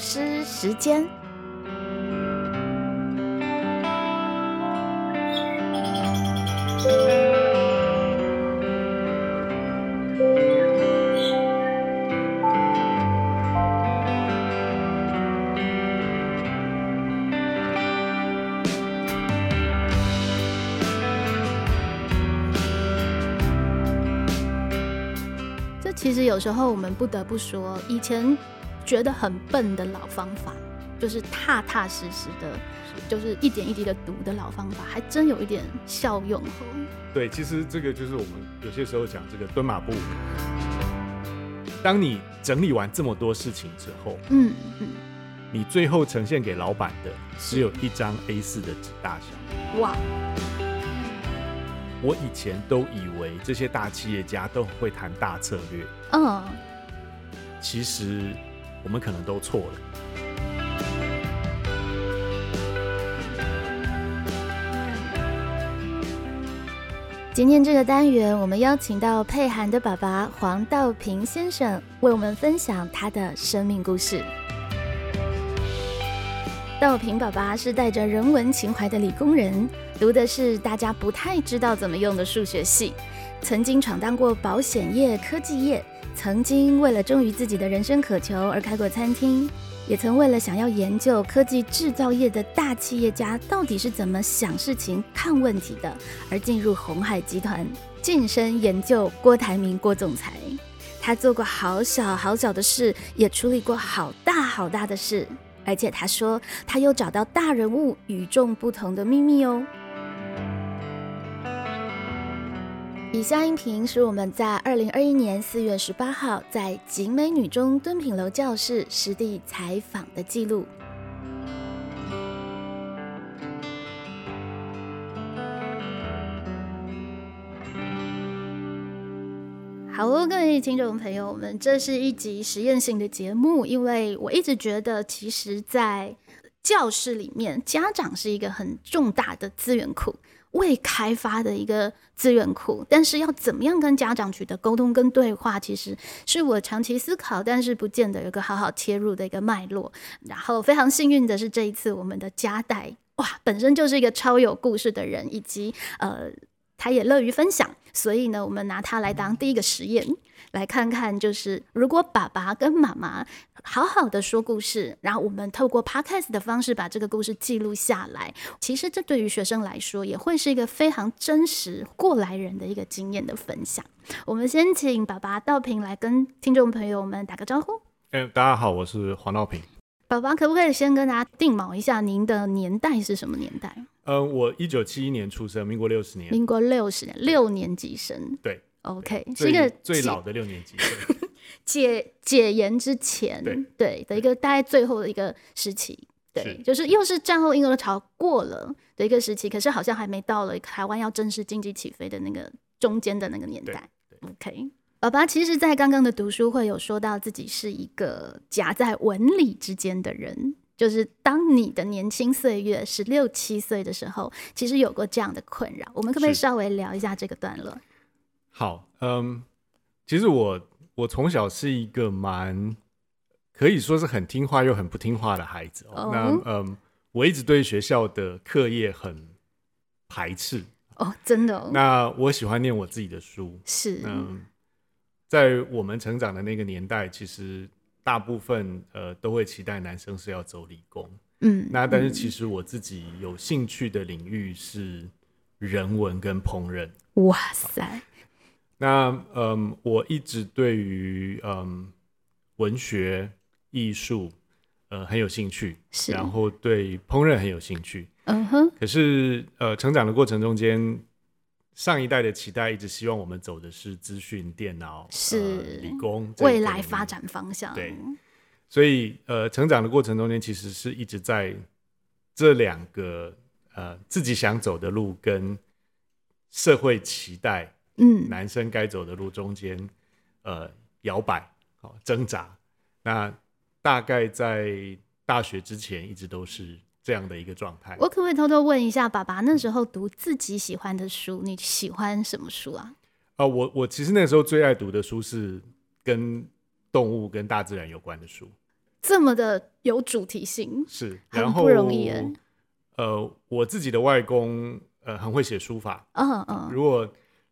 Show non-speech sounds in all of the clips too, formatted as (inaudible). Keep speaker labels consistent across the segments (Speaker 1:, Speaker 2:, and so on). Speaker 1: 时间。这其实有时候我们不得不说，以前觉得很笨的老方法，就是踏踏实实的，就是一点一滴的读的老方法，还真有一点效用哦。
Speaker 2: 对，其实这个就是我们有些时候讲这个蹲马步。当你整理完这么多事情之后，
Speaker 1: 嗯嗯，
Speaker 2: 你最后呈现给老板的只有一张 A4 的纸大小。
Speaker 1: 哇，
Speaker 2: 我以前都以为这些大企业家都很会谈大策略，
Speaker 1: 嗯，
Speaker 2: 其实我们可能都错了。
Speaker 1: 今天这个单元，我们邀请到佩涵的爸爸黄道平先生，为我们分享他的生命故事。道平爸爸是带着人文情怀的理工人，读的是大家不太知道怎么用的数学系，曾经闯荡过保险业、科技业，曾经为了忠于自己的人生渴求而开过餐厅，也曾为了想要研究科技制造业的大企业家到底是怎么想事情、看问题的，而进入红海集团，晋升研究郭台铭郭总裁。他做过好小好小的事，也处理过好大好大的事，而且他说他又找到大人物与众不同的秘密哦。以下音频是我们在二零二一年四月十八号在景美女中敦品楼教室实地采访的记录。好哦，各位听众朋友，我们这是一集实验性的节目，因为我一直觉得，其实，在教室里面，家长是一个很重大的资源库，未开发的一个资源库。但是，要怎么样跟家长取得沟通跟对话，其实是我长期思考，但是不见得有个好好切入的一个脉络。然后，非常幸运的是，这一次我们的家代哇，本身就是一个超有故事的人，以及呃。他也乐于分享，所以呢，我们拿他来当
Speaker 2: 嗯
Speaker 1: 第一个实验，来看看就是如果爸爸跟妈妈好好的说故事，然后我们透过 podcast 的方式把这个故事记录下来，其实这对于学生来说也会是一个非常真实过来人的一个经验的分享。我们先请爸爸道平来跟听众朋友们打个招呼。
Speaker 2: 哎、大家好，我是黄道平。
Speaker 1: 爸爸可不可以先跟大家定锚一下您的年代是什么年代？
Speaker 2: 嗯，我一九七一年出生，民国六十年，
Speaker 1: 民国六十年六年级生。
Speaker 2: 对
Speaker 1: ，OK，是
Speaker 2: 最
Speaker 1: 一个
Speaker 2: 最
Speaker 1: 几
Speaker 2: 老的六年级生。
Speaker 1: 解解严之前，
Speaker 2: 对
Speaker 1: 的一个大概最后的一个时期，对，
Speaker 2: 是
Speaker 1: 就是又是战后婴儿潮过了的一个时期，可是好像还没到了台湾要正式经济起飞的那个中间的那个年代。OK，爸爸其实，在刚刚的读书会有说到自己是一个夹在文理之间的人。就是当你的年轻岁月十六七岁的时候，其实有过这样的困扰。我们可不可以
Speaker 2: 是
Speaker 1: 稍微聊一下这个段落？
Speaker 2: 好，嗯，其实我我从小是一个蛮可以说是很听话又很不听话的孩子、哦。
Speaker 1: 哦
Speaker 2: 那嗯，我一直对学校的课业很排斥。
Speaker 1: 哦，真的哦，
Speaker 2: 那我喜欢念我自己的书。
Speaker 1: 是，
Speaker 2: 嗯，在我们成长的那个年代，其实大部分呃都会期待男生是要走理工。
Speaker 1: 嗯，
Speaker 2: 那但是其实我自己有兴趣的领域是人文跟烹饪。
Speaker 1: 哇塞，
Speaker 2: 那嗯，我一直对于嗯文学、艺术呃很有兴趣，
Speaker 1: 是，
Speaker 2: 然后对烹饪很有兴趣。
Speaker 1: 嗯哼，
Speaker 2: 可是呃，成长的过程中间，上一代的期待一直希望我们走的是资讯、电脑、
Speaker 1: 是
Speaker 2: 呃、理工这一
Speaker 1: 未
Speaker 2: 个
Speaker 1: 来
Speaker 2: 领域
Speaker 1: 发。展嗯方向，
Speaker 2: 对所以呃，成长的过程中间，其实是一直在这两个呃自己想走的路跟社会期待
Speaker 1: 嗯，
Speaker 2: 男生该走的路中间，呃，摇摆，好、挣扎。那大概在大学之前，一直都是这样的一个状态。
Speaker 1: 我可不可以偷偷问一下，爸爸那时候读自己喜欢的书，你喜欢什么书啊？
Speaker 2: 呃，我我其实那时候最爱读的书是跟动物、跟大自然有关的书。
Speaker 1: 这么的有主题性，
Speaker 2: 是，
Speaker 1: 很
Speaker 2: 然
Speaker 1: 不
Speaker 2: 后
Speaker 1: 容易耶
Speaker 2: 呃，我自己的外公呃很会写书法，
Speaker 1: 嗯嗯，
Speaker 2: 如果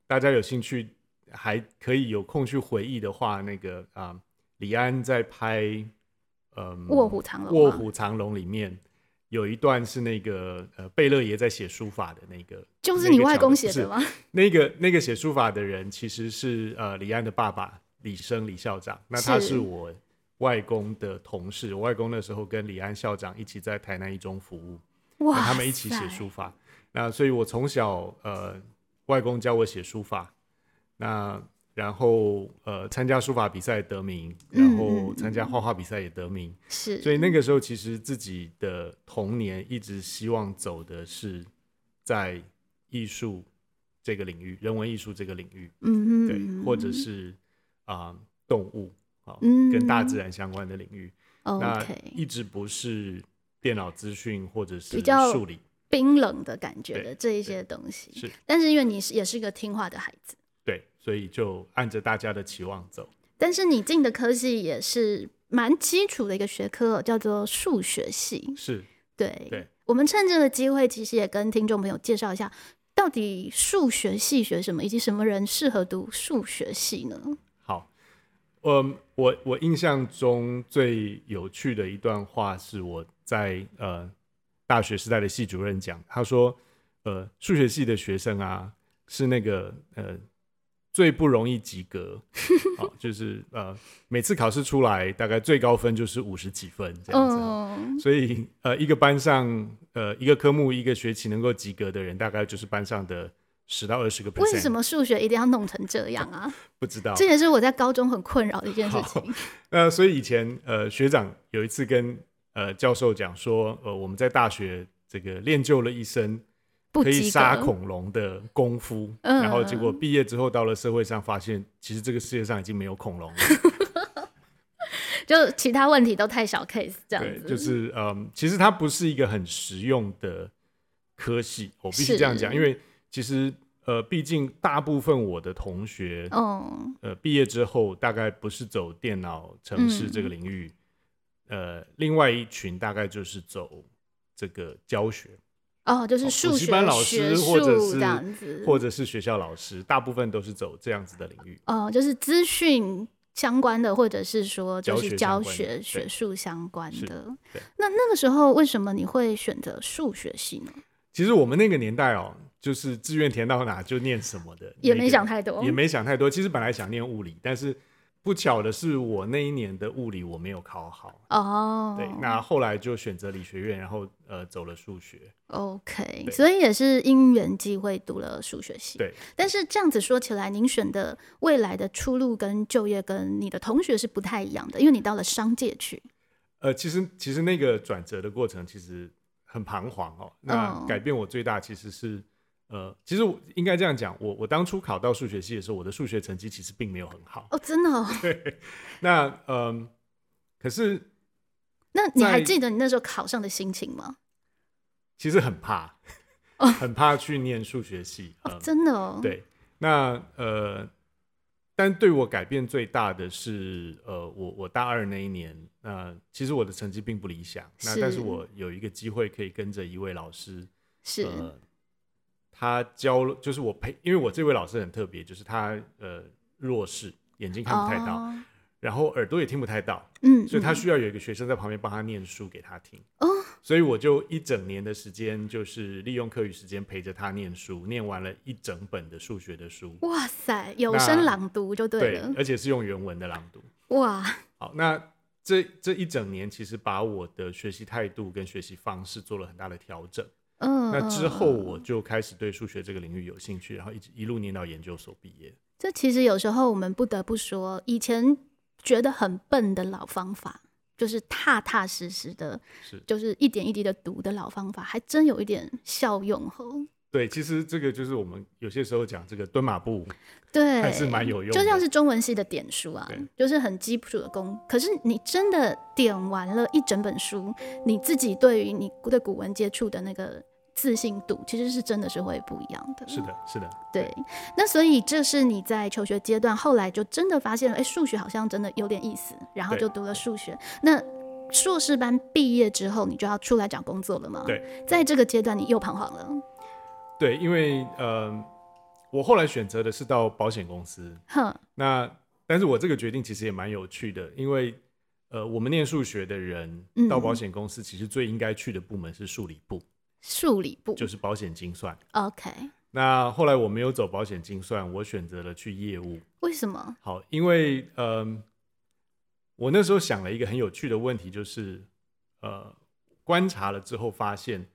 Speaker 2: 大家有兴趣，还可以有空去回忆的话，那个啊、李安在拍嗯《
Speaker 1: 卧虎藏龙啊
Speaker 2: 卧
Speaker 1: 吗
Speaker 2: 虎藏龙》里面有一段是那个呃贝勒爷在写书法的那个，
Speaker 1: 就是
Speaker 2: 那个
Speaker 1: 你外
Speaker 2: 桥段
Speaker 1: 公写
Speaker 2: 是
Speaker 1: 的
Speaker 2: (laughs)
Speaker 1: 吗？
Speaker 2: 那个那个写书法的人其实是呃李安的爸爸李生李校长，那他
Speaker 1: 是
Speaker 2: 是我外公的同事，我外公那时候跟李安校长一起在台南一中服务，
Speaker 1: 哇
Speaker 2: 跟
Speaker 1: 塞，
Speaker 2: 他们一起写书法。那所以我从小呃外公教我写书法，那然后呃参加书法比赛得名，然
Speaker 1: 嗯嗯
Speaker 2: 后
Speaker 1: 嗯
Speaker 2: 参加画画比赛也得名，
Speaker 1: 是，
Speaker 2: 所以那个时候其实自己的童年一直希望走的是在艺术这个领域，人文艺术这个领域，
Speaker 1: 嗯
Speaker 2: 对，
Speaker 1: 嗯，
Speaker 2: 或者是啊、动物啊、
Speaker 1: 嗯
Speaker 2: 跟大自然相关的领域，那
Speaker 1: OK
Speaker 2: 一直不是电脑资讯或者是
Speaker 1: 比较
Speaker 2: 数理，
Speaker 1: 冰冷的感觉
Speaker 2: 对
Speaker 1: 的这一些东西
Speaker 2: 是
Speaker 1: 但是因为你是也是个听话的孩子，
Speaker 2: 对，所以就按着大家的期望走。
Speaker 1: 但是你进的科系也是蛮基础的一个学科，叫做数学系。
Speaker 2: 是
Speaker 1: 对，
Speaker 2: 对
Speaker 1: 我们趁这个机会，其实也跟听众朋友介绍一下，到底数学系学什么，以及什么人适合读数学系呢？
Speaker 2: 好，嗯，我我印象中最有趣的一段话是我在呃大学时代的系主任讲，他说，呃，数学系的学生啊，是那个呃最不容易及
Speaker 1: (laughs)
Speaker 2: 格，好、就是呃每次考试出来大概最高分就是五十几分这样子。哈
Speaker 1: 嗯，
Speaker 2: 所以，呃，一个班上，呃，一个科目一个学期能够及格的人，大概就是班上的十到二十个 percent。
Speaker 1: 为什么数学一定要弄成这样啊？
Speaker 2: 不知道？
Speaker 1: 这也是我在高中很困扰的一件事情。 (laughs)
Speaker 2: 那所以以前呃学长有一次跟呃教授讲说，呃我们在大学这个练就了一身
Speaker 1: 不
Speaker 2: 可以
Speaker 1: 及
Speaker 2: 杀
Speaker 1: 格
Speaker 2: 恐龙的功夫，
Speaker 1: 嗯
Speaker 2: 然后结果毕业之后到了社会上，发现其实这个世界上已经没有恐龙了。
Speaker 1: 就其他问题都太小 case 这样
Speaker 2: 对，
Speaker 1: 子，
Speaker 2: 就是嗯，其实它不是一个很实用的科系，我必须这样讲，
Speaker 1: 是
Speaker 2: 因为其实呃，毕竟大部分我的同学
Speaker 1: 嗯，
Speaker 2: 呃，毕业之后大概不是走电脑城市
Speaker 1: 嗯
Speaker 2: 这个领域，呃，另外一群大概就是走这个教学，
Speaker 1: 哦，就是
Speaker 2: 哦
Speaker 1: 数
Speaker 2: 补习
Speaker 1: 学
Speaker 2: 班老
Speaker 1: 学
Speaker 2: 师
Speaker 1: 术
Speaker 2: 或者
Speaker 1: 这样
Speaker 2: 是
Speaker 1: 子，
Speaker 2: 或者是学校老师，大部分都是走这样子的领域。
Speaker 1: 呃，就是资讯相关的，或者是说就
Speaker 2: 教
Speaker 1: 是
Speaker 2: 学
Speaker 1: 教
Speaker 2: 相关
Speaker 1: 学
Speaker 2: 的
Speaker 1: 学
Speaker 2: 对
Speaker 1: 术相关
Speaker 2: 是
Speaker 1: 的
Speaker 2: 对。
Speaker 1: 那那个时候为什么你会选择数学系呢？
Speaker 2: 其实我们那个年代哦，就是志愿填到哪就念什么的，
Speaker 1: 也
Speaker 2: 那
Speaker 1: 没
Speaker 2: 个
Speaker 1: 想太多
Speaker 2: 也没想太多。其实本来想念物理，但是不巧的是，我那一年的物理我没有考好。
Speaker 1: 哦，
Speaker 2: 对，那后来就选择理学院，然后呃走了数学。
Speaker 1: OK，
Speaker 2: 对
Speaker 1: 所以也是因缘际会读了数学系。
Speaker 2: 对，
Speaker 1: 但是这样子说起来，您选的未来的出路跟就业跟你的同学是不太一样的，因为你到了商界去。
Speaker 2: 呃，其实其实那个转折的过程其实很彷徨哦。那
Speaker 1: 嗯
Speaker 2: 改变我最大其实是，呃，其实我应该这样讲，我我当初考到数学系的时候，我的数学成绩其实并没有很好。
Speaker 1: 哦，真的、哦？
Speaker 2: 那嗯、可是
Speaker 1: 那你还
Speaker 2: 在
Speaker 1: 记得你那时候考上的心情吗？
Speaker 2: 其实很怕，
Speaker 1: 哦
Speaker 2: (laughs) 很怕去念数学系。
Speaker 1: 哦
Speaker 2: 呃，
Speaker 1: 真的哦。，
Speaker 2: 对，那呃，但对我改变最大的是，呃，我我大二那一年，那、其实我的成绩并不理想，那但
Speaker 1: 是
Speaker 2: 是我有一个机会可以跟着一位老师。
Speaker 1: 是、
Speaker 2: 呃，他教了，就是我陪，因为我这位老师很特别，就是他呃弱视，眼睛看不太到，
Speaker 1: 哦、
Speaker 2: 然后耳朵也听不太到，
Speaker 1: 嗯，
Speaker 2: 所以他
Speaker 1: 嗯
Speaker 2: 需要有一个学生在旁边帮他念书给他听。
Speaker 1: 哦，
Speaker 2: 所以我就一整年的时间，就是利用课余时间陪着他念书，念完了一整本的数学的书，
Speaker 1: 哇塞，有
Speaker 2: 那
Speaker 1: 声朗读就对了。
Speaker 2: 而且是用原文的朗读。
Speaker 1: 哇，
Speaker 2: 好，那这这一整年其实把我的学习态度跟学习方式做了很大的调整。
Speaker 1: 嗯，
Speaker 2: 那之
Speaker 1: 嗯
Speaker 2: 后
Speaker 1: 嗯
Speaker 2: 我就开始对数学这个领域有兴趣，然后一直一路念到研究所毕业。
Speaker 1: 这其实有时候我们不得不说，以前觉得很笨的老方法，就是踏踏实实的，
Speaker 2: 是
Speaker 1: 就是一点一滴的读的老方法，还真有一点效用哦。
Speaker 2: 对，其实这个就是我们有些时候讲这个蹲马步，
Speaker 1: 对，
Speaker 2: 还是蛮有用的
Speaker 1: 就像是中文系的点书啊
Speaker 2: 对，
Speaker 1: 就是很基础的功。可是你真的点完了一整本书，你自己对于你对古文接触的那个自信度，其实是真的是会不一样的。
Speaker 2: 是的，是的，
Speaker 1: 对，那所以这是你在求学阶段，后来就真的发现了，哎，数学好像真的有点意思，然后
Speaker 2: 对
Speaker 1: 就读了数学。那硕士班毕业之后，你就要出来找工作了吗？
Speaker 2: 对，
Speaker 1: 在这个阶段，你又彷徨了。
Speaker 2: 对，因为呃，我后来选择的是到保险公司。
Speaker 1: 哼，
Speaker 2: 那但是我这个决定其实也蛮有趣的，因为呃，我们念数学的人
Speaker 1: 嗯
Speaker 2: 到保险公司，其实最应该去的部门是数理部，
Speaker 1: 数理部
Speaker 2: 就是保险精算。
Speaker 1: OK，
Speaker 2: 那后来我没有走保险精算，我选择了去业务。
Speaker 1: 为什么？
Speaker 2: 好，因为嗯、我那时候想了一个很有趣的问题，就是呃，观察了之后发现，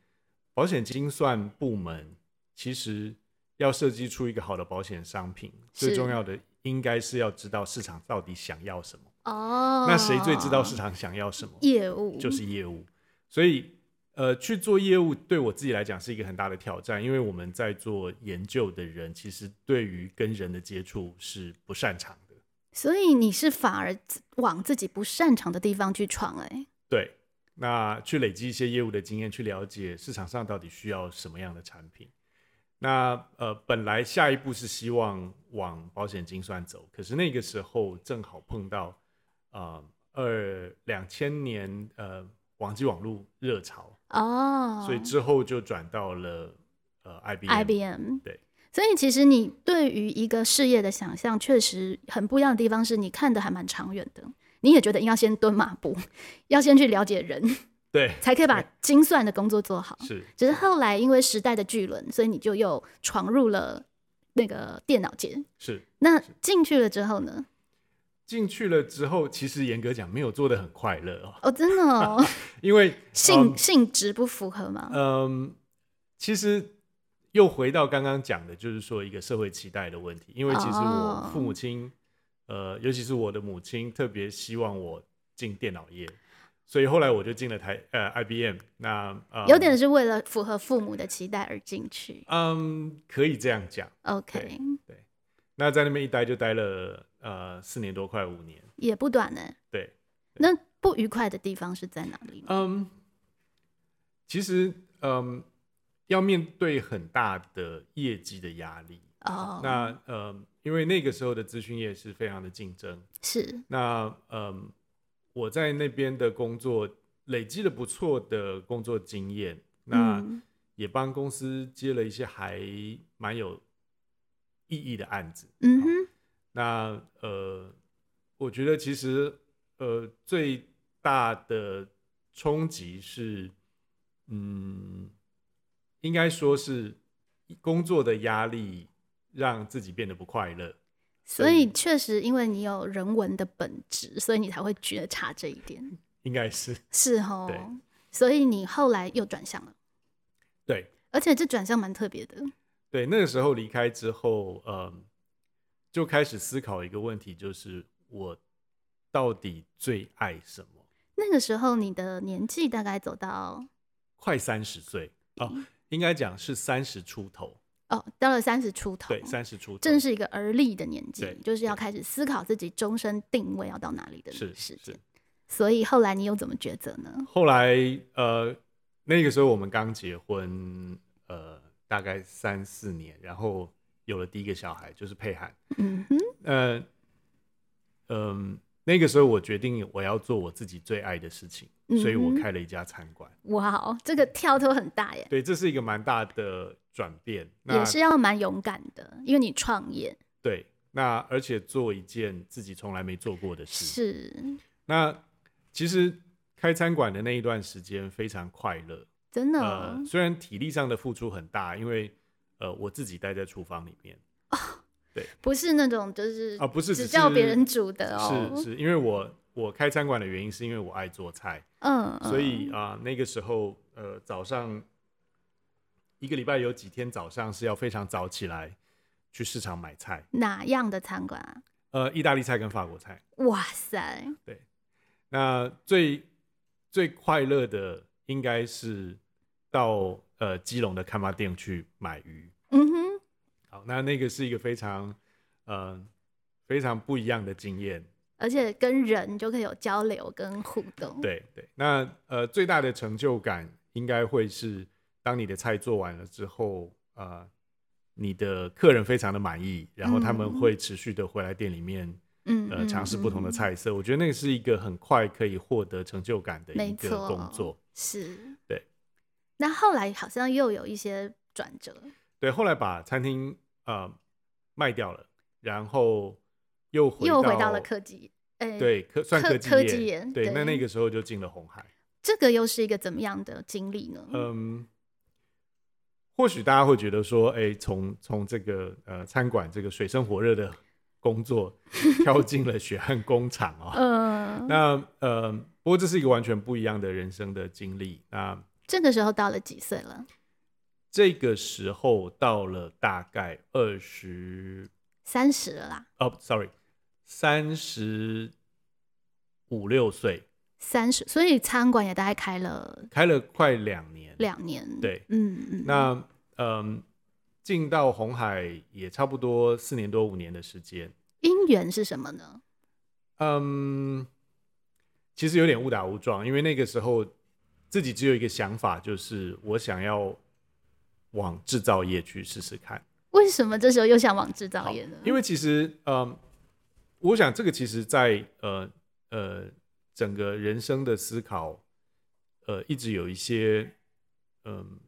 Speaker 2: 保险精算部门其实要设计出一个好的保险商品，
Speaker 1: 是
Speaker 2: 最重要的应该是要知道市场到底想要什么。
Speaker 1: 哦，
Speaker 2: 那谁最知道市场想要什么？
Speaker 1: 业务？
Speaker 2: 就是业务。所以，呃，去做业务对我自己来讲是一个很大的挑战，因为我们在做研究的人，其实对于跟人的接触是不擅长的。
Speaker 1: 所以你是反而往自己不擅长的地方去闯、哎，
Speaker 2: 对，那去累积一些业务的经验，去了解市场上到底需要什么样的产品。那呃，本来下一步是希望往保险精算走，可是那个时候正好碰到啊二两千年呃网际网络热潮，
Speaker 1: 哦，
Speaker 2: 所以之后就转到了呃 IBM。
Speaker 1: IBM
Speaker 2: 对。
Speaker 1: 所以其实你对于一个事业的想象，确实很不一样的地方是你看的还蛮长远的。你也觉得应该先蹲马步， (laughs) 要先去了解人，
Speaker 2: 对，
Speaker 1: 才可以把精算的工作做好。
Speaker 2: 是
Speaker 1: 只是后来因为时代的巨轮，所以你就又闯入了那个电脑界。
Speaker 2: 是。
Speaker 1: 那进去了之后呢？
Speaker 2: 进去了之后，其实严格讲没有做的很快乐哦，
Speaker 1: 哦，真的
Speaker 2: (laughs)
Speaker 1: 哦，
Speaker 2: 因为呃
Speaker 1: 性性质不符合吗？
Speaker 2: 嗯，其实又回到刚刚讲的，就是说一个社会期待的问题。因为其实我
Speaker 1: 哦
Speaker 2: 父母亲，呃，尤其是我的母亲，特别希望我进电脑业，所以后来我就进了台呃 IBM 那。呃
Speaker 1: 有点是为了符合父母的期待而进去。
Speaker 2: 嗯，可以这样讲。
Speaker 1: OK，
Speaker 2: 那在那边一待就待了呃四年多，快五年。
Speaker 1: 也不短呢、
Speaker 2: 对，
Speaker 1: 那不愉快的地方是在哪里呢？
Speaker 2: 嗯，其实嗯，要面对很大的业绩的压力。
Speaker 1: 哦，
Speaker 2: 那呃，因为那个时候的资讯业是非常的竞争。
Speaker 1: 是
Speaker 2: 那呃，我在那边的工作累积了不错的工作经验，那
Speaker 1: 嗯
Speaker 2: 也帮公司接了一些还蛮有意义的案子。
Speaker 1: 嗯哼，
Speaker 2: 那呃，我觉得其实呃最大的冲击是，嗯，应该说是工作的压力让自己变得不快乐。
Speaker 1: 所以确实因为你有人文的本质，所以你才会觉察这一点，
Speaker 2: 应该是
Speaker 1: 是哦
Speaker 2: 对。
Speaker 1: 所以你后来又转向了，
Speaker 2: 对
Speaker 1: 而且这转向蛮特别的，
Speaker 2: 对，那个时候离开之后，嗯，就开始思考一个问题，就是我到底最爱什么？
Speaker 1: 那个时候你的年纪大概走到
Speaker 2: 快三十岁哦，
Speaker 1: 嗯
Speaker 2: 应该讲是三十出头，
Speaker 1: 哦，到了三十出头，
Speaker 2: 对，三十出头，
Speaker 1: 正是一个而立的年纪
Speaker 2: 对，
Speaker 1: 就是要开始思考自己终身定位要到哪里的
Speaker 2: 是
Speaker 1: 时
Speaker 2: 是
Speaker 1: 间。所以后来你又怎么抉择呢？
Speaker 2: 后来呃，那个时候我们刚结婚，呃，大概三四年，然后有了第一个小孩，就是佩涵。
Speaker 1: 嗯哼，
Speaker 2: 呃，嗯、那个时候我决定我要做我自己最爱的事情，呃所以我
Speaker 1: 嗯哼
Speaker 2: 开了一家餐馆。
Speaker 1: 哇哦，这个跳脱很大耶，
Speaker 2: 对，这是一个蛮大的转变。那
Speaker 1: 也是要蛮勇敢的，因为你创业
Speaker 2: 对，那而且做一件自己从来没做过的事。
Speaker 1: 是
Speaker 2: 那其实开餐馆的那一段时间非常快乐，
Speaker 1: 真的哦、
Speaker 2: 呃，虽然体力上的付出很大，因为呃我自己待在厨房里面，
Speaker 1: 不是那种就是
Speaker 2: 啊不是
Speaker 1: 只
Speaker 2: 只
Speaker 1: 叫
Speaker 2: 是
Speaker 1: 别人煮的哦，
Speaker 2: 是是因为我我开餐馆的原因是因为我爱做菜，
Speaker 1: 嗯，嗯
Speaker 2: 所以啊、那个时候呃早上一个礼拜有几天早上是要非常早起来去市场买菜，
Speaker 1: 嗯哪样的餐馆啊？
Speaker 2: 呃意大利菜跟法国菜，
Speaker 1: 哇塞，
Speaker 2: 那最最快乐的应该是到呃基隆的看妈店去买鱼。
Speaker 1: 嗯哼，
Speaker 2: 好，那那个是一个非常，呃，非常不一样的经验。
Speaker 1: 而且跟人就可以有交流跟互动，，
Speaker 2: 对对，那呃，最大的成就感应该会是当你的菜做完了之后，呃，你的客人非常的满意，然后他们
Speaker 1: 嗯
Speaker 2: 会持续的回来店里面
Speaker 1: 嗯，
Speaker 2: 呃，
Speaker 1: 嗯
Speaker 2: 尝试不同的
Speaker 1: 嗯
Speaker 2: 菜色。我觉得那个是一个很快可以获得成就感的一
Speaker 1: 没
Speaker 2: 个
Speaker 1: 错，
Speaker 2: 工作。
Speaker 1: 是。
Speaker 2: 对。
Speaker 1: 那后来好像又有一些转折，
Speaker 2: 对，后来把餐厅呃卖掉了，然后又回
Speaker 1: 又回到了科技。哎，
Speaker 2: 对科算
Speaker 1: 科
Speaker 2: 科技
Speaker 1: 科
Speaker 2: 业
Speaker 1: 技业
Speaker 2: 对，那
Speaker 1: 对
Speaker 2: 那个时候就进了红海。
Speaker 1: 这个又是一个怎么样的经历呢？
Speaker 2: 嗯，或许大家会觉得说，哎、从从这个呃餐馆这个水深火热的
Speaker 1: (laughs)
Speaker 2: 工作跳进了血汗工厂哦。
Speaker 1: 嗯、
Speaker 2: 那呃，不过这是一个完全不一样的人生的经历。那
Speaker 1: 这个时候到了几岁了？
Speaker 2: 这个时候到了大概二十
Speaker 1: 三十了啦，
Speaker 2: 哦，sorry，三十五六岁，
Speaker 1: 三十，所以餐馆也大概开了
Speaker 2: 开了快两年。
Speaker 1: 两年。
Speaker 2: 对
Speaker 1: 嗯嗯，
Speaker 2: 那嗯，进到红海也差不多四年多五年的时间。
Speaker 1: 姻缘是什么呢？
Speaker 2: 嗯，其实有点误打误撞，因为那个时候自己只有一个想法，就是我想要往制造业去试试看。
Speaker 1: 为什么这时候又想往制造
Speaker 2: 好
Speaker 1: 业呢？
Speaker 2: 因为其实，嗯，我想这个其实在呃呃整个人生的思考，呃，一直有一些嗯、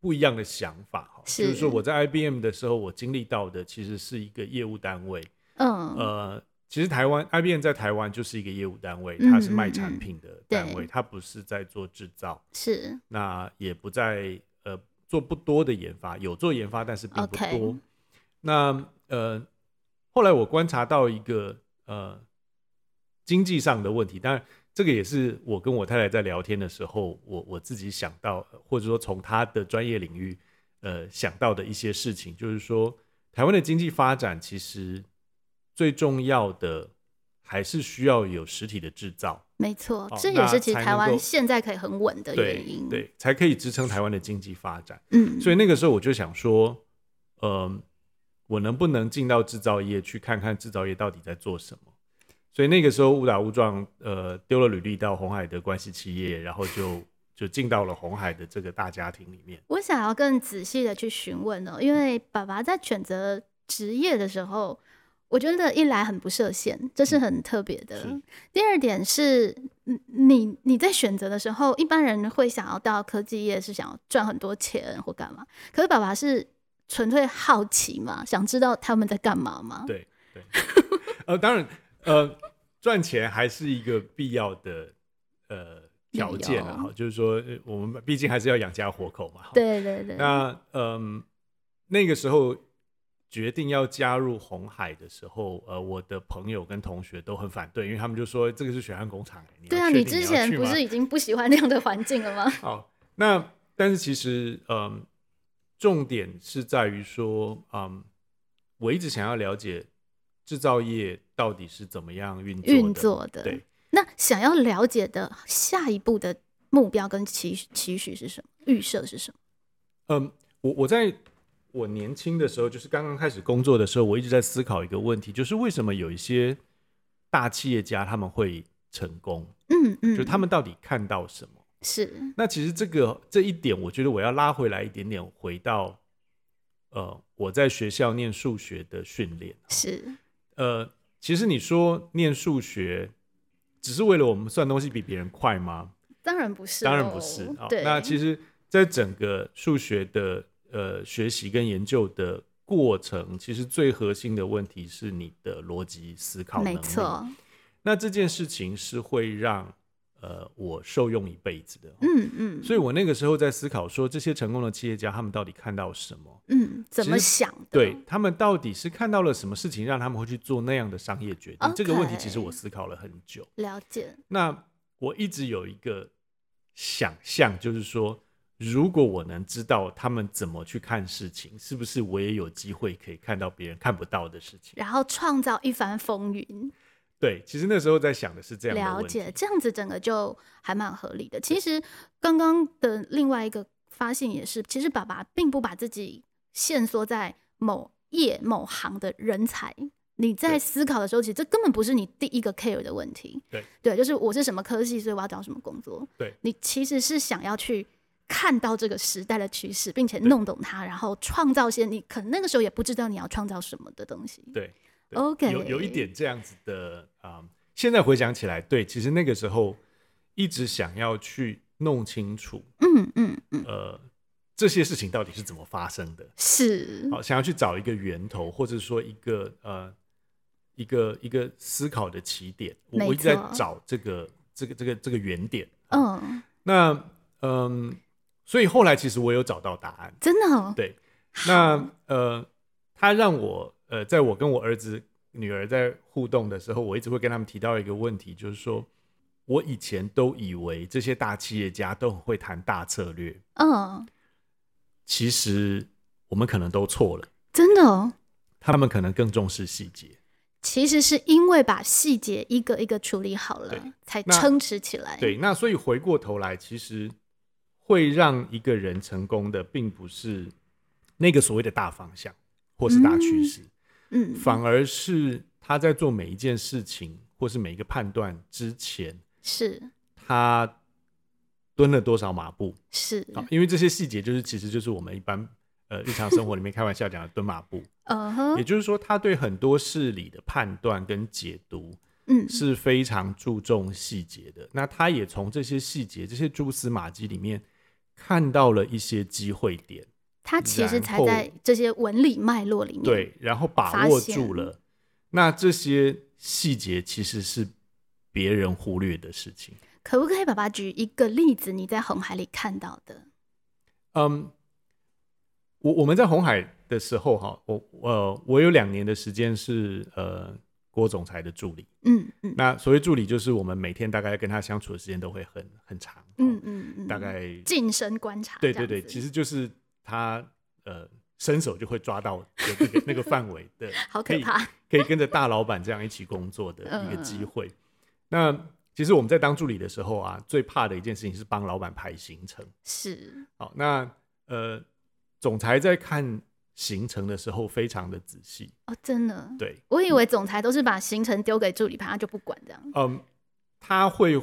Speaker 2: 不一样的想法哈。
Speaker 1: 是
Speaker 2: 就是说我在 IBM 的时候，我经历到的其实是一个业务单位，
Speaker 1: 嗯、
Speaker 2: 呃。其实台湾 IBM 在台湾就是一个业务单位，
Speaker 1: 嗯
Speaker 2: 它是卖
Speaker 1: 嗯
Speaker 2: 产
Speaker 1: 嗯
Speaker 2: 品的单位，
Speaker 1: 对
Speaker 2: 它不是在做制造，
Speaker 1: 是
Speaker 2: 那也不在呃做不多的研发，有做研发但是并不多。
Speaker 1: OK
Speaker 2: 那呃，后来我观察到一个呃经济上的问题，当然这个也是我跟我太太在聊天的时候，我我自己想到，呃或者说从她的专业领域呃想到的一些事情，就是说台湾的经济发展其实最重要的还是需要有实体的制造。
Speaker 1: 没错，
Speaker 2: 好
Speaker 1: 这也
Speaker 2: 那
Speaker 1: 是其实
Speaker 2: 才
Speaker 1: 台
Speaker 2: 能
Speaker 1: 湾
Speaker 2: 够
Speaker 1: 现在可以很稳的
Speaker 2: 对
Speaker 1: 原因。，
Speaker 2: 对，才可以支撑台湾的经济发展。
Speaker 1: 嗯，
Speaker 2: 所以那个时候我就想说，嗯，我能不能进到制造业去看看制造业到底在做什么？所以那个时候误打误撞，呃，丢了履历到红海的关系企业，然后就就进到了红海的这个大家庭里面。
Speaker 1: 我想要更仔细的去询问哦，因为爸爸在选择职业的时候，我觉得一来很不设限，这是很特别的；
Speaker 2: 嗯是
Speaker 1: 第二点是，嗯你你在选择的时候，一般人会想要到科技业是想要赚很多钱或干嘛，可是爸爸是纯粹好奇嘛，想知道他们在干嘛嘛。
Speaker 2: 对对，呃，当然，呃，赚钱还是一个必要的呃条件啊，
Speaker 1: 理由
Speaker 2: 哈就是说呃我们毕竟还是要养家活口嘛。哈
Speaker 1: 对对对，
Speaker 2: 那嗯，那个时候决定要加入红海的时候，呃，我的朋友跟同学都很反对，因为他们就说这个是血汗工厂、你要
Speaker 1: 对啊，
Speaker 2: 确
Speaker 1: 你
Speaker 2: 定
Speaker 1: 之
Speaker 2: 要
Speaker 1: 前
Speaker 2: 去
Speaker 1: 不
Speaker 2: 吗
Speaker 1: 是已经不喜欢那样的环境了吗？
Speaker 2: 好？那但是其实嗯，重点是在于说，嗯，我一直想要了解制造业到底是怎么样运作的
Speaker 1: 运作的。
Speaker 2: 对，
Speaker 1: 那想要了解的下一步的目标跟期期许是什么？预设是什么？
Speaker 2: 嗯，我我在我年轻的时候，就是刚刚开始工作的时候，我一直在思考一个问题，就是为什么有一些大企业家他们会成功，
Speaker 1: 嗯嗯，
Speaker 2: 就他们到底看到什么？
Speaker 1: 是
Speaker 2: 那其实这个这一点，我觉得我要拉回来一点点，回到呃我在学校念数学的训练。
Speaker 1: 是
Speaker 2: 呃，其实你说念数学只是为了我们算东西比别人快吗？
Speaker 1: 当然不是，
Speaker 2: 当然不是
Speaker 1: 哦
Speaker 2: 啊、
Speaker 1: 对，
Speaker 2: 那其实，在整个数学的呃学习跟研究的过程，其实最核心的问题是你的逻辑思考能力。
Speaker 1: 没。错，
Speaker 2: 那这件事情是会让呃我受用一辈子的。哦
Speaker 1: 嗯嗯
Speaker 2: 所以我那个时候在思考说，这些成功的企业家他们到底看到什么？
Speaker 1: 嗯，怎么
Speaker 2: 其实
Speaker 1: 想的？
Speaker 2: 对他们到底是看到了什么事情，让他们会去做那样的商业决定这个问题其实
Speaker 1: OK
Speaker 2: 我思考了很久。
Speaker 1: 了解，
Speaker 2: 那我一直有一个想象，就是说，如果我能知道他们怎么去看事情，是不是我也有机会可以看到别人看不到的事情？
Speaker 1: 然后创造一番风云。
Speaker 2: 对，其实那时候在想的是这样的
Speaker 1: 了
Speaker 2: 问题。
Speaker 1: 解，这样子整个就还蛮合理的。其实刚刚的另外一个发现也是，其实爸爸并不把自己限缩在某业某行的人才。你在
Speaker 2: 对
Speaker 1: 思考的时候，其实这根本不是你第一个 care 的问题。
Speaker 2: 对，
Speaker 1: 对，就是我是什么科系，所以我要找什么工作。
Speaker 2: 对，
Speaker 1: 你其实是想要去看到这个时代的趋势，并且
Speaker 2: 对
Speaker 1: 弄懂它，然后创造一些你可能那个时候也不知道你要创造什么的东西。
Speaker 2: 对，对
Speaker 1: OK
Speaker 2: 有有一点这样子的啊、嗯现在回想起来，对，其实那个时候一直想要去弄清楚，
Speaker 1: 嗯嗯嗯，
Speaker 2: 呃，这些事情到底是怎么发生的，
Speaker 1: 是，
Speaker 2: 好，想要去找一个源头，或者说一个呃一个一个思考的起点。我
Speaker 1: 没
Speaker 2: 我一直在
Speaker 1: 错
Speaker 2: 找这个这个这个这个原点。
Speaker 1: 嗯，
Speaker 2: 那嗯，所以后来其实我有找到答案。
Speaker 1: 真的哦，
Speaker 2: 对，那呃，他让我呃，在我跟我儿子、女儿在互动的时候，我一直会跟他们提到一个问题，就是说我以前都以为这些大企业家都很会谈大策略，
Speaker 1: 嗯，
Speaker 2: 其实我们可能都错了，
Speaker 1: 真的哦。
Speaker 2: 他们可能更重视细节。
Speaker 1: 其实是因为把细节一个一个处理好
Speaker 2: 对
Speaker 1: 了，才
Speaker 2: 那
Speaker 1: 撑持起来。
Speaker 2: 对，那所以回过头来，其实会让一个人成功的，并不是那个所谓的大方向或是大趋势，
Speaker 1: 嗯，
Speaker 2: 反而是他在做每一件事情或是每一个判断之前，
Speaker 1: 是
Speaker 2: 他蹲了多少马步
Speaker 1: 是，
Speaker 2: 啊？因为这些细节就是，其实就是我们一般呃日常生活里面开玩笑讲的蹲马步，
Speaker 1: 嗯
Speaker 2: 也
Speaker 1: 哼，
Speaker 2: 就是说，他对很多事理的判断跟解读，
Speaker 1: 嗯
Speaker 2: 是非常注重细节的。那他也从这些细节、这些蛛丝马迹里面看到了一些机会点，
Speaker 1: 他其实
Speaker 2: 然
Speaker 1: 才
Speaker 2: 后
Speaker 1: 在这些文理脉络里面。，
Speaker 2: 对，然后把
Speaker 1: 嗯发
Speaker 2: 握
Speaker 1: 现
Speaker 2: 住了。那这些细节其实是别人忽略的事情。
Speaker 1: 可不可以，爸爸举一个例子？你在红海里看到的？
Speaker 2: 嗯，我我们在红海的时候哈，我呃，我有两年的时间是呃郭总裁的助理。
Speaker 1: 嗯嗯
Speaker 2: 那所谓助理，就是我们每天大概跟他相处的时间都会很很长，哦
Speaker 1: 嗯，嗯嗯，
Speaker 2: 大概
Speaker 1: 近身观察这
Speaker 2: 对
Speaker 1: 样
Speaker 2: 对
Speaker 1: 子。
Speaker 2: 对，其实就是他呃伸手就会抓到有那个那个范围的，
Speaker 1: (laughs) 好可
Speaker 2: 以
Speaker 1: 怕。
Speaker 2: 可以跟着大老板这样一起工作的一个
Speaker 1: 嗯
Speaker 2: 机
Speaker 1: 嗯
Speaker 2: 会。那其实我们在当助理的时候啊，最怕的一件事情是帮老板排行程。
Speaker 1: 是，
Speaker 2: 好，那呃，总裁在看行程的时候非常的仔细，
Speaker 1: 哦，真的。
Speaker 2: 对，
Speaker 1: 我以为总裁都是把行程丢给助理拍，他就不管这样。
Speaker 2: 嗯，他会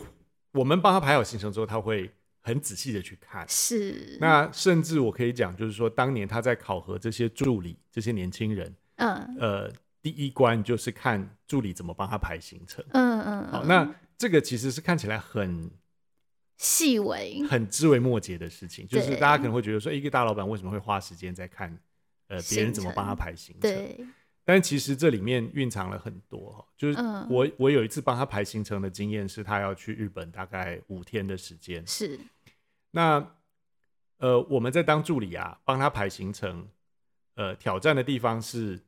Speaker 2: 我们帮他排好行程之后，他会很仔细的去看。
Speaker 1: 是，
Speaker 2: 那甚至我可以讲，就是说，当年他在考核这些助理、这些年轻人，
Speaker 1: 嗯
Speaker 2: 呃，第一关就是看助理怎么帮他排行程。
Speaker 1: 嗯嗯，
Speaker 2: 好，
Speaker 1: 嗯
Speaker 2: 那这个其实是看起来很
Speaker 1: 细微
Speaker 2: 很枝微末节的事情，就是
Speaker 1: 对
Speaker 2: 大家可能会觉得说，一个大老板为什么会花时间在看呃别人怎么帮他排行程？
Speaker 1: 对，
Speaker 2: 但其实这里面蕴藏了很多哈，就是
Speaker 1: 嗯
Speaker 2: 我、我有一次帮他排行程的经验是，他要去日本大概五天的时间。
Speaker 1: 是
Speaker 2: 那呃，我们在当助理啊，帮他排行程，呃，挑战的地方是，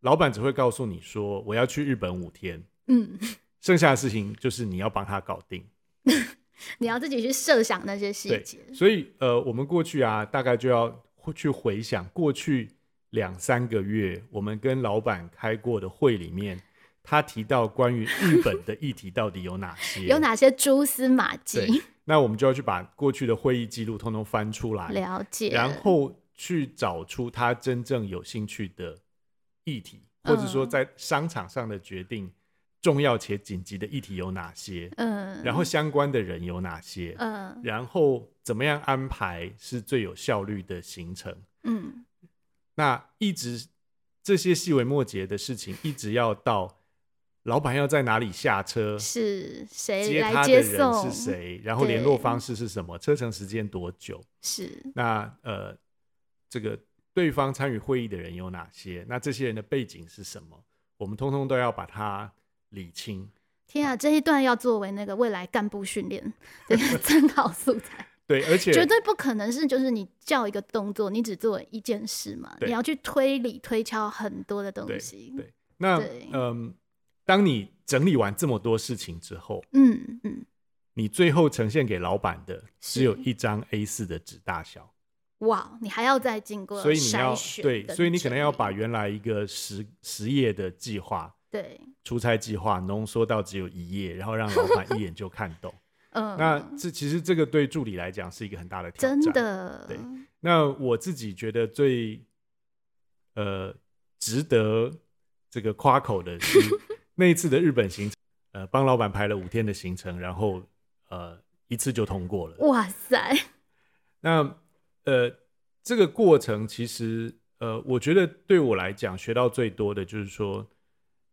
Speaker 2: 老板只会告诉你说我要去日本五天，
Speaker 1: 嗯，
Speaker 2: 剩下的事情就是你要帮他搞定。
Speaker 1: 你要自己去设想那些细
Speaker 2: 对
Speaker 1: 节，。
Speaker 2: 所以呃，我们过去啊，大概就要会去回想过去两三个月我们跟老板开过的会里面，他提到关于日本的议题到底有哪些？
Speaker 1: (laughs) 有哪些蛛丝马
Speaker 2: 对
Speaker 1: 迹？？
Speaker 2: 那我们就要去把过去的会议记录通通翻出来，
Speaker 1: 了解，
Speaker 2: 然后去找出他真正有兴趣的议题，或者说
Speaker 1: 嗯
Speaker 2: 在商场上的决定。重要且紧急的议题有哪些？
Speaker 1: 嗯，
Speaker 2: 然后相关的人有哪些？
Speaker 1: 嗯
Speaker 2: 然后怎么样安排是最有效率的行程？
Speaker 1: 嗯，
Speaker 2: 那一直这些细微末节的事情，一直要到老板要在哪里下车，
Speaker 1: 是谁
Speaker 2: 呃接
Speaker 1: 来
Speaker 2: 他的
Speaker 1: 接
Speaker 2: 人
Speaker 1: 送？
Speaker 2: 是？谁，然后联络方式是什么，车程时间多久？
Speaker 1: 是
Speaker 2: 那呃，这个对方参与会议的人有哪些？那这些人的背景是什么？我们通通都要把它理清。
Speaker 1: 天啊，这一段要作为那个未来干部训
Speaker 2: (laughs)
Speaker 1: 练的参考素材，
Speaker 2: 对，而且
Speaker 1: 绝对不可能是就是你叫一个动作，你只做一件事嘛，
Speaker 2: 对
Speaker 1: 你要去推理推敲很多的东
Speaker 2: 对
Speaker 1: 西。
Speaker 2: 对，那
Speaker 1: 对
Speaker 2: 嗯、当你整理完这么多事情之后，
Speaker 1: 嗯嗯，
Speaker 2: 你最后呈现给老板的
Speaker 1: 是
Speaker 2: 只有一张 A 4的纸大小，
Speaker 1: 哇，你还要再经过
Speaker 2: 所以你
Speaker 1: 筛
Speaker 2: 要
Speaker 1: 选
Speaker 2: 对，
Speaker 1: 跟
Speaker 2: 所以你可能要
Speaker 1: 整
Speaker 2: 把
Speaker 1: 理
Speaker 2: 原来一个十十页的计划、
Speaker 1: 对，
Speaker 2: 出差计划浓缩到只有一页，然后让老板一眼就看懂。
Speaker 1: (laughs) 嗯，
Speaker 2: 那这其实这个对助理来讲是一个很大的挑
Speaker 1: 真
Speaker 2: 战。。
Speaker 1: 的
Speaker 2: 对那我自己觉得最呃值得这个夸口的是那一次的日本行程，呃，帮老板排了五天的行程，然后呃一次就通过了。
Speaker 1: 哇塞，
Speaker 2: 那呃，这个过程其实呃，我觉得对我来讲学到最多的就是说，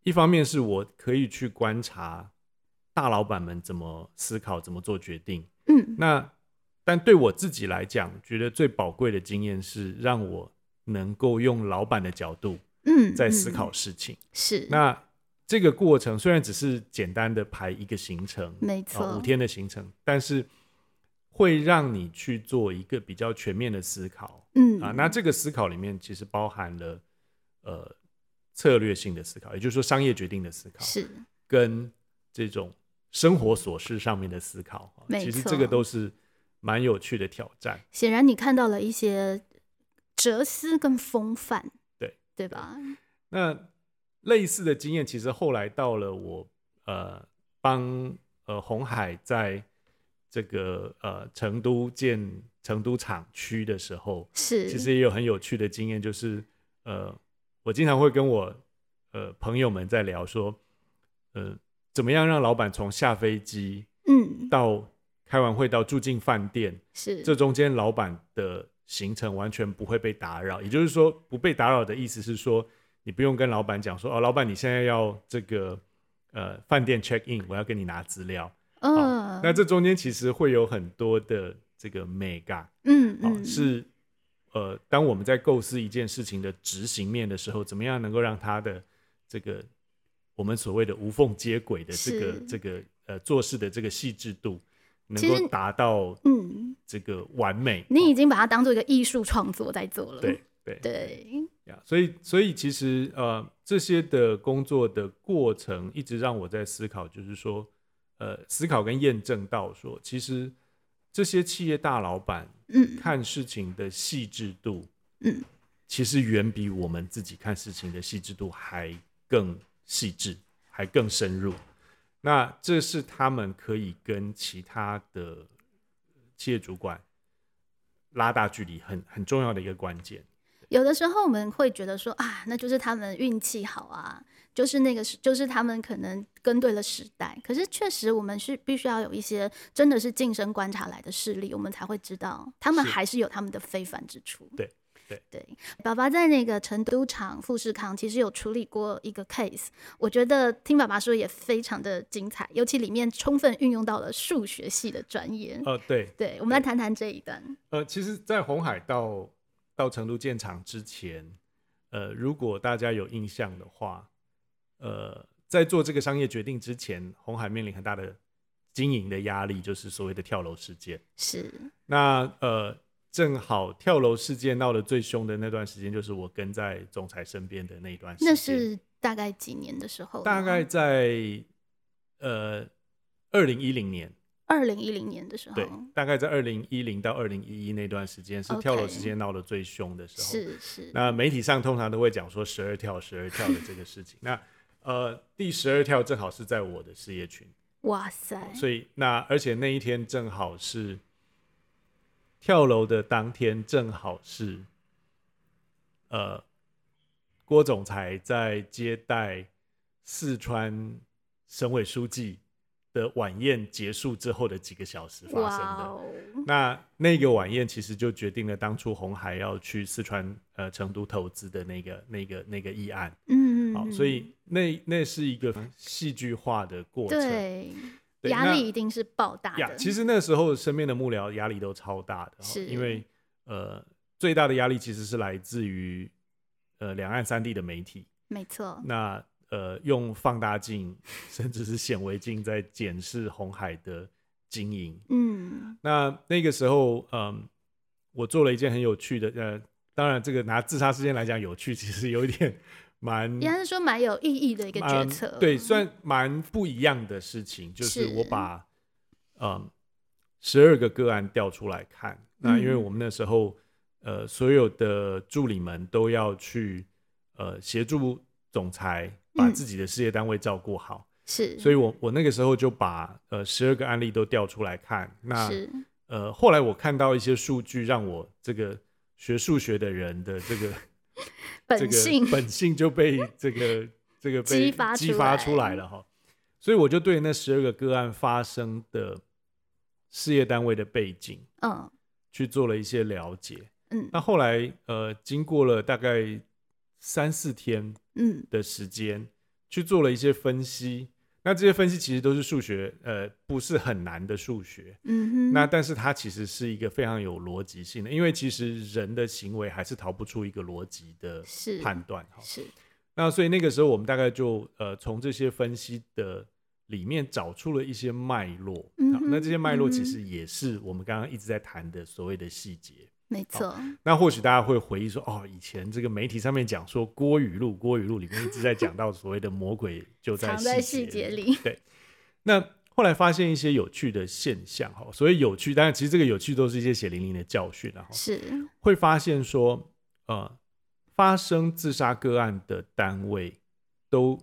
Speaker 2: 一方面是我可以去观察大老板们怎么思考、怎么做决定。
Speaker 1: 嗯
Speaker 2: 那但对我自己来讲，觉得最宝贵的经验是让我能够用老板的角度
Speaker 1: 嗯，
Speaker 2: 在思考
Speaker 1: 嗯
Speaker 2: 事情。
Speaker 1: 是
Speaker 2: 那这个过程虽然只是简单的排一个行程，
Speaker 1: 没
Speaker 2: 啊、
Speaker 1: 错，
Speaker 2: 五天的行程，但是会让你去做一个比较全面的思考
Speaker 1: 嗯
Speaker 2: 啊。那这个思考里面其实包含了呃策略性的思考，也就是说商业决定的思考，
Speaker 1: 是
Speaker 2: 跟这种生活琐事上面的思考。啊
Speaker 1: 没
Speaker 2: 其实
Speaker 1: 错
Speaker 2: 这个都是蛮有趣的挑战。
Speaker 1: 显然你看到了一些哲思跟风范，
Speaker 2: 对
Speaker 1: 对吧？
Speaker 2: 那类似的经验，其实后来到了我呃帮呃红海在这个呃成都建成都厂区的时候，
Speaker 1: 是，
Speaker 2: 其实也有很有趣的经验，就是呃我经常会跟我呃朋友们在聊说，呃怎么样让老板从下飞机
Speaker 1: 嗯
Speaker 2: 到开完会到住进饭店，
Speaker 1: 是
Speaker 2: 这中间老板的行程完全不会被打扰。也就是说，不被打扰的意思是说，你不用跟老板讲说，哦，老板你现在要这个呃饭店 check in，我要跟你拿资料。
Speaker 1: 嗯，
Speaker 2: 那这中间其实会有很多的这个 mega，
Speaker 1: 嗯
Speaker 2: 哦、
Speaker 1: 嗯
Speaker 2: 是呃，当我们在构思一件事情的执行面的时候，怎么样能够让它的这个我们所谓的无缝接轨的这个
Speaker 1: 是
Speaker 2: 这个呃做事的这个细致度，能
Speaker 1: 其实
Speaker 2: 够达到
Speaker 1: 嗯，
Speaker 2: 这个完美。
Speaker 1: 你已经把它当做一个艺术创作在做了，
Speaker 2: 对对
Speaker 1: 对，
Speaker 2: 呀所以所以其实呃，这些的工作的过程一直让我在思考，就是说，呃，思考跟验证到说，其实这些企业大老板
Speaker 1: 嗯
Speaker 2: 看事情的细致度，
Speaker 1: 嗯，
Speaker 2: 其实远比我们自己看事情的细致度还更细致，还更深入。那这是他们可以跟其他的企业主管拉大距离很很重要的一个关键。
Speaker 1: 有的时候我们会觉得说啊，那就是他们运气好啊，就是那个时，就是他们可能跟对了时代。可是确实，我们是必须要有一些真的是近身观察来的事例，我们才会知道他们
Speaker 2: 是
Speaker 1: 还是有他们的非凡之处。
Speaker 2: 对对
Speaker 1: 对，爸爸在那个成都厂富士康其实有处理过一个 case，我觉得听爸爸说也非常的精彩，尤其里面充分运用到了数学系的专业。
Speaker 2: 呃，对，
Speaker 1: 对，我们来谈谈这一段。
Speaker 2: 呃，其实，在红海到到成都建厂之前，呃，如果大家有印象的话，呃，在做这个商业决定之前，红海面临很大的经营的压力，就是所谓的跳楼事件。
Speaker 1: 是，
Speaker 2: 那呃，正好跳楼事件闹得最凶的那段时间，就是我跟在总裁身边的那一段时间。
Speaker 1: 那是大概几年的时候呢？
Speaker 2: 大概在呃二零一零年，
Speaker 1: 二零一零年的时候，
Speaker 2: 对，大概在二零一零到二零一一那段时间是跳楼
Speaker 1: OK
Speaker 2: 事件闹得最凶的时候。
Speaker 1: 是是，
Speaker 2: 那媒体上通常都会讲说十二跳、十二跳的这个事情。那呃，第十二跳正好是在我的事业群，
Speaker 1: 哇塞，
Speaker 2: 所以那而且那一天正好是跳楼的当天，正好是呃郭总裁在接待四川省委书记的晚宴结束之后的几个小时发生
Speaker 1: 哇
Speaker 2: 的。
Speaker 1: 哦，
Speaker 2: 那那个晚宴其实就决定了当初红海要去四川呃成都投资的那个那个那个议案。
Speaker 1: 嗯，
Speaker 2: 好，所以那那是一个戏剧化的过程。
Speaker 1: 对
Speaker 2: 对
Speaker 1: 压
Speaker 2: 那
Speaker 1: 力一定是爆大
Speaker 2: 呀，
Speaker 1: 的，
Speaker 2: 其实那时候身边的幕僚压力都超大的，哦
Speaker 1: 是
Speaker 2: 因为呃最大的压力其实是来自于呃两岸三地的媒体。
Speaker 1: 没错，
Speaker 2: 那呃用放大镜 (laughs) 甚至是显微镜在检视红海的经营。
Speaker 1: 嗯，
Speaker 2: 那那个时候，嗯，我做了一件很有趣的，呃，当然这个拿自杀事件来讲有趣，其实有一点
Speaker 1: (laughs)
Speaker 2: 蛮
Speaker 1: 应该是说蛮有意义的一个决
Speaker 2: 嗯蛮
Speaker 1: 策，嗯
Speaker 2: 对，算蛮不一样的事情，就是
Speaker 1: 是
Speaker 2: 我把嗯十二个个案调出来看，那因为
Speaker 1: 嗯
Speaker 2: 我们那时候呃所有的助理们都要去呃协助总裁把
Speaker 1: 嗯
Speaker 2: 自己的事业单位照顾好，
Speaker 1: 是，
Speaker 2: 所
Speaker 1: 以
Speaker 2: 以我我那个时候就把呃十二个案例都调出来看，那。
Speaker 1: 是
Speaker 2: 呃，后来我看到一些数据，让我这个学数学的人的这个这
Speaker 1: 本
Speaker 2: 个
Speaker 1: 性，
Speaker 2: 本性就
Speaker 1: (laughs)
Speaker 2: 被这个这个被
Speaker 1: 激发
Speaker 2: 激
Speaker 1: 出
Speaker 2: 发
Speaker 1: 来
Speaker 2: 出来了哈。所以我就对那十二个个案发生的事业单位的背景
Speaker 1: 嗯
Speaker 2: 去做了一些了解。
Speaker 1: 嗯
Speaker 2: 那后来呃，经过了大概三四天
Speaker 1: 嗯，
Speaker 2: 的时间，去做了一些分析。那这些分析其实都是数学，呃，不是很难的数学。
Speaker 1: 嗯哼，
Speaker 2: 那但是它其实是一个非常有逻辑性的，因为其实人的行为还是逃不出一个逻辑的
Speaker 1: 是
Speaker 2: 判断哈。
Speaker 1: 是，
Speaker 2: 那所以那个时候我们大概就呃从这些分析的里面找出了一些脉络、
Speaker 1: 嗯
Speaker 2: 好
Speaker 1: 哼
Speaker 2: 那这些脉
Speaker 1: 嗯
Speaker 2: 络
Speaker 1: 哼
Speaker 2: 其实也是我们刚刚一直在谈的所谓的细节。
Speaker 1: 没错，
Speaker 2: 那或许大家会回忆说，哦，以前这个媒体上面讲说郭语录，郭语录里面一直在讲到所谓的魔鬼就在
Speaker 1: 藏在细节里。
Speaker 2: 对，那后来发现一些有趣的现象哈，所谓有趣，当然其实这个有趣都是一些血淋淋的教训啊。哈
Speaker 1: 是，
Speaker 2: 会发现说，呃，发生自杀个案的单位都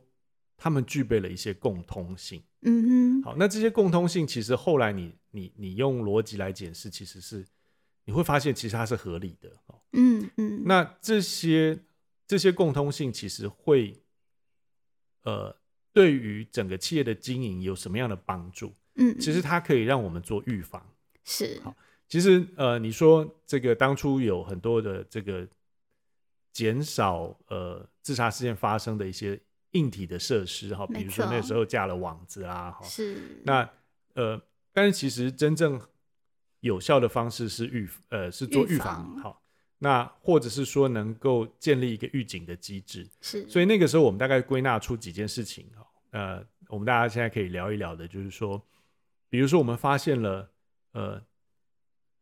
Speaker 2: 他们具备了一些共通性。
Speaker 1: 嗯哼，
Speaker 2: 好，那这些共通性其实后来你你你用逻辑来解释，其实是你会发现其实它是合理的哦。
Speaker 1: 嗯嗯，
Speaker 2: 那这些这些共通性其实会，呃，对于整个企业的经营有什么样的帮助？
Speaker 1: 嗯
Speaker 2: 其实它可以让我们做预防。
Speaker 1: 是，
Speaker 2: 其实呃，你说这个当初有很多的这个减少呃自杀事件发生的一些硬体的设施哈，比
Speaker 1: 没
Speaker 2: 如说
Speaker 1: 错
Speaker 2: 那时候架了网子啊哈，
Speaker 1: 是，
Speaker 2: 那呃，但是其实真正有效的方式是预呃是做
Speaker 1: 预
Speaker 2: 预防
Speaker 1: 防
Speaker 2: 好，那或者是说能够建立一个预警的机制，
Speaker 1: 是，
Speaker 2: 所以那个时候我们大概归纳出几件事情哦，呃，我们大家现在可以聊一聊的，就是说，比如说我们发现了，呃，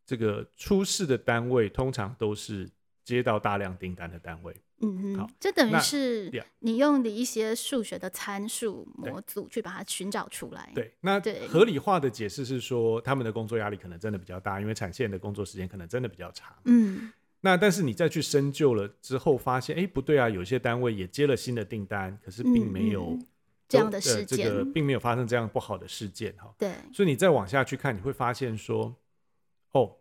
Speaker 2: 这个出事的单位通常都是接到大量订单的单位，
Speaker 1: 嗯
Speaker 2: 好
Speaker 1: 哼，这等于
Speaker 2: 那
Speaker 1: 是
Speaker 2: yeah
Speaker 1: 你用的一些数学的参数
Speaker 2: 对
Speaker 1: 模组去把它寻找出来。，
Speaker 2: 对，那
Speaker 1: 对
Speaker 2: 合理化的解释是说，他们的工作压力可能真的比较大，因为产线的工作时间可能真的比较长。
Speaker 1: 嗯，
Speaker 2: 那但是你再去深究了之后，发现，哎，不对啊，有些单位也接了新的订单，可是并
Speaker 1: 嗯
Speaker 2: 没有、
Speaker 1: 嗯这样的
Speaker 2: 呃
Speaker 1: 事
Speaker 2: 这个
Speaker 1: 件，
Speaker 2: 并没有发生这样不好的事件哈、
Speaker 1: 对，
Speaker 2: 所以你再往下去看，你会发现说，哦，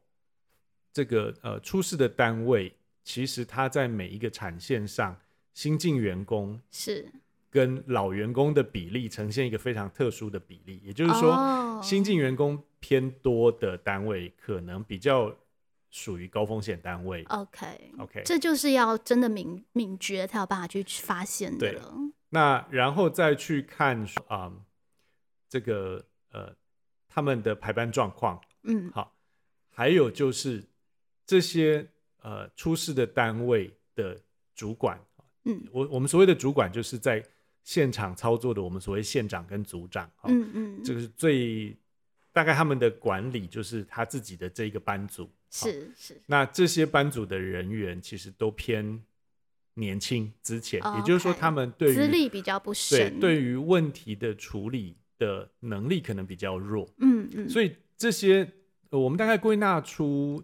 Speaker 2: 这个呃出事的单位，其实它在每一个产线上，新进员工
Speaker 1: 是，
Speaker 2: 跟老员工的比例呈现一个非常特殊的比例，也就是说，
Speaker 1: 哦
Speaker 2: 新进员工偏多的单位可能比较属于高风险单位。
Speaker 1: OK，
Speaker 2: OK，
Speaker 1: 哦这就是要真的敏敏觉才有办法去发现的
Speaker 2: 对
Speaker 1: 了。
Speaker 2: 那然后再去看说啊、这个呃他们的排班状况。
Speaker 1: 嗯，
Speaker 2: 好，还有就是这些呃出事的单位的主管，
Speaker 1: 嗯
Speaker 2: 我我们所谓的主管就是在现场操作的，我们所谓县长跟组长，哈、
Speaker 1: 嗯嗯，
Speaker 2: 这个是最大概他们的管理就是他自己的这一个班组，好
Speaker 1: 是是，
Speaker 2: 那这些班组的人员其实都偏年轻资浅，也就是说
Speaker 1: 哦 OK，
Speaker 2: 他们对
Speaker 1: 资
Speaker 2: 于
Speaker 1: 历比较不
Speaker 2: 对
Speaker 1: 深。
Speaker 2: 对于问题的处理的能力可能比较弱，
Speaker 1: 嗯嗯，以
Speaker 2: 所以这些、呃我们大概归纳出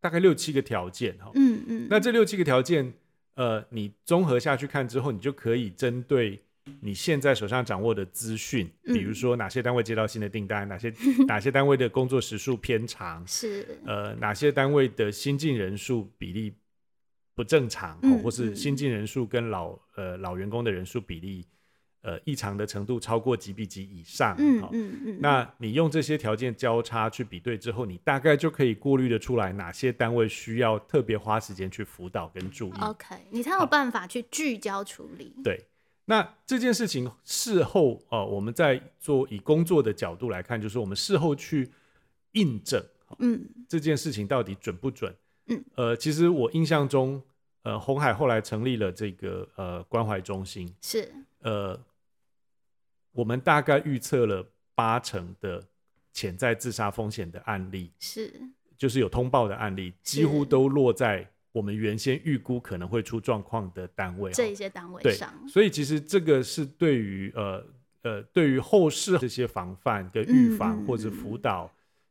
Speaker 2: 大概六七个条件哈、
Speaker 1: 嗯嗯，
Speaker 2: 那这六七个条件，呃，你综合下去看之后，你就可以针对你现在手上掌握的资讯，
Speaker 1: 嗯
Speaker 2: 比如说哪些单位接到新的订单，哪
Speaker 1: (laughs)
Speaker 2: 些哪些单位的工作时数偏长，
Speaker 1: 是
Speaker 2: 呃，哪些单位的新进人数比例不正常，哦
Speaker 1: 嗯
Speaker 2: 或是
Speaker 1: 嗯
Speaker 2: 新进人数跟老呃老员工的人数比例，呃异常的程度超过几比几以上，
Speaker 1: 嗯
Speaker 2: 好
Speaker 1: 嗯嗯，
Speaker 2: 那你用这些条件交叉去比对之后，你大概就可以过滤的出来哪些单位需要特别花时间去辅导跟注意。
Speaker 1: OK，你才有办法去聚焦处理。
Speaker 2: 对，那这件事情事后呃，我们在做以工作的角度来看，就是我们事后去印证好
Speaker 1: 嗯
Speaker 2: 这件事情到底准不准。
Speaker 1: 嗯，
Speaker 2: 呃，其实我印象中，呃，红海后来成立了这个呃关怀中心，
Speaker 1: 是
Speaker 2: 呃，我们大概预测了八成的潜在自杀风险的案例。
Speaker 1: 是
Speaker 2: 就是有通报的案例，几乎
Speaker 1: 是
Speaker 2: 都落在我们原先预估可能会出状况的单位哦。
Speaker 1: 这一些单位
Speaker 2: 对
Speaker 1: 上，
Speaker 2: 所以其实这个是对于呃呃对于后世这些防范跟预防
Speaker 1: 嗯嗯
Speaker 2: 或者辅导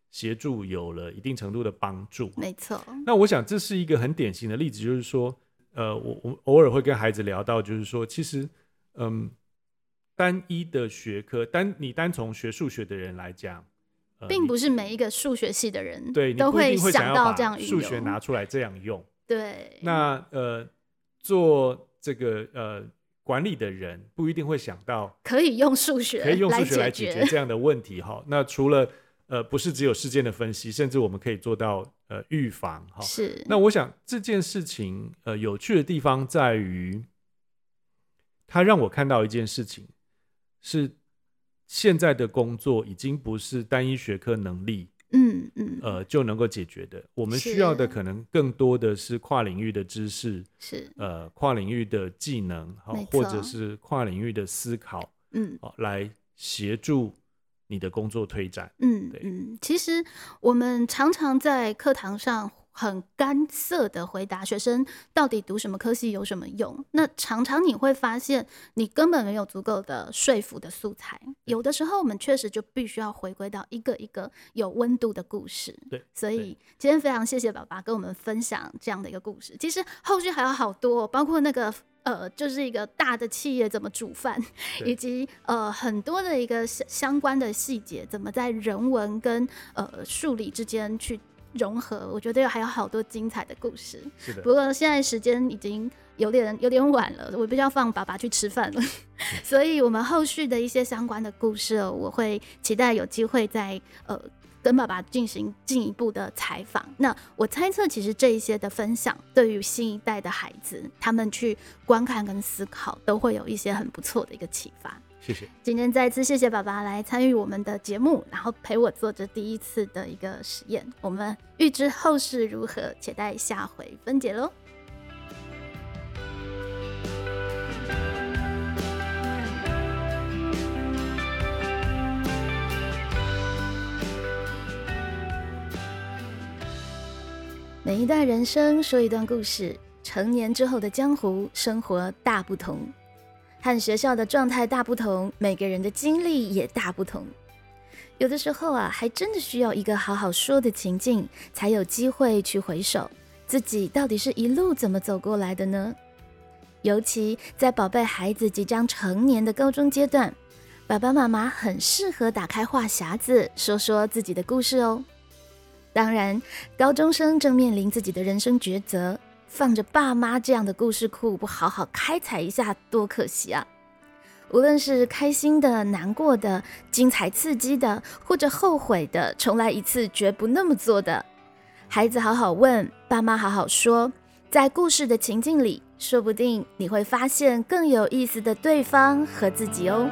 Speaker 2: 协助有了一定程度的帮助。
Speaker 1: 没错。
Speaker 2: 那我想这是一个很典型的例子，就是说，呃，我我偶尔会跟孩子聊到，就是说，其实，嗯，单一的学科，单你单从学数学的人来讲，呃、
Speaker 1: 并
Speaker 2: 你
Speaker 1: 不是每一个数学系的人
Speaker 2: 对，你
Speaker 1: 都
Speaker 2: 不一定会
Speaker 1: 想
Speaker 2: 要
Speaker 1: 到
Speaker 2: 把
Speaker 1: 这样运
Speaker 2: 数学
Speaker 1: 用嗯
Speaker 2: 拿出来这样用。
Speaker 1: 对，
Speaker 2: 那呃，做这个呃管理的人不一定会想到
Speaker 1: 可以用数学
Speaker 2: 可以用数学来解
Speaker 1: 呃解
Speaker 2: 决这样的问题哈。那除了呃不是只有事件的分析，甚至我们可以做到呃预防哈。
Speaker 1: 是
Speaker 2: 那我想这件事情呃有趣的地方在于，他让我看到一件事情，是现在的工作已经不是单一学科能力
Speaker 1: 嗯嗯，
Speaker 2: 呃就能够解决的，我们需
Speaker 1: 是
Speaker 2: 要的可能更多的是跨领域的知识，
Speaker 1: 是，
Speaker 2: 呃，跨领域的技能，好、
Speaker 1: 没
Speaker 2: 或
Speaker 1: 错
Speaker 2: 者是跨领域的思考，
Speaker 1: 嗯
Speaker 2: 好、来协助你的工作推展。
Speaker 1: 嗯
Speaker 2: 对
Speaker 1: 嗯。其实我们常常在课堂上很干涩的回答学生到底读什么科系有什么用，那常常你会发现你根本没有足够的说服的素材。有的时候我们确实就必须要回归到一个一个有温度的故事。
Speaker 2: 对，
Speaker 1: 所
Speaker 2: 对
Speaker 1: 以今天非常谢谢爸爸跟我们分享这样的一个故事。其实后续还有好多哦，包括那个呃，就是一个大的企业怎么煮饭，
Speaker 2: 对
Speaker 1: 以及呃很多的一个相相关的细节，怎么在人文跟呃数理之间去融合。我觉得还有好多精彩的故事。
Speaker 2: 是的
Speaker 1: 不，过现在时间已经有点有点晚了，我必须要放爸爸去吃饭了，所以我们后续的一些相关的故事哦，我会期待有机会再呃跟爸爸进行进一步的采访。那我猜测，其实这一些的分享，对于新一代的孩子，他们去观看跟思考，都会有一些很不错的一个启发。
Speaker 2: 谢谢，
Speaker 1: 今天再次谢谢爸爸来参与我们的节目，然后陪我做这第一次的一个实验。我们预知后事如何，且待下回分解喽。每一代人生说一段故事，成年之后的江湖生活大不同。和学校的状态大不同，每个人的经历也大不同。有的时候啊，还真的需要一个好好说的情境，才有机会去回首自己到底是一路怎么走过来的呢？尤其在宝贝孩子即将成年的高中阶段，爸爸妈妈很适合打开话匣子，说说自己的故事哦。当然，高中生正面临自己的人生抉择，放着爸妈这样的故事库不好好开采一下，多可惜啊！无论是开心的、难过的、精彩刺激的，或者后悔的，重来一次绝不那么做的，孩子好好问，爸妈好好说，在故事的情境里，说不定你会发现更有意思的对方和自己哦。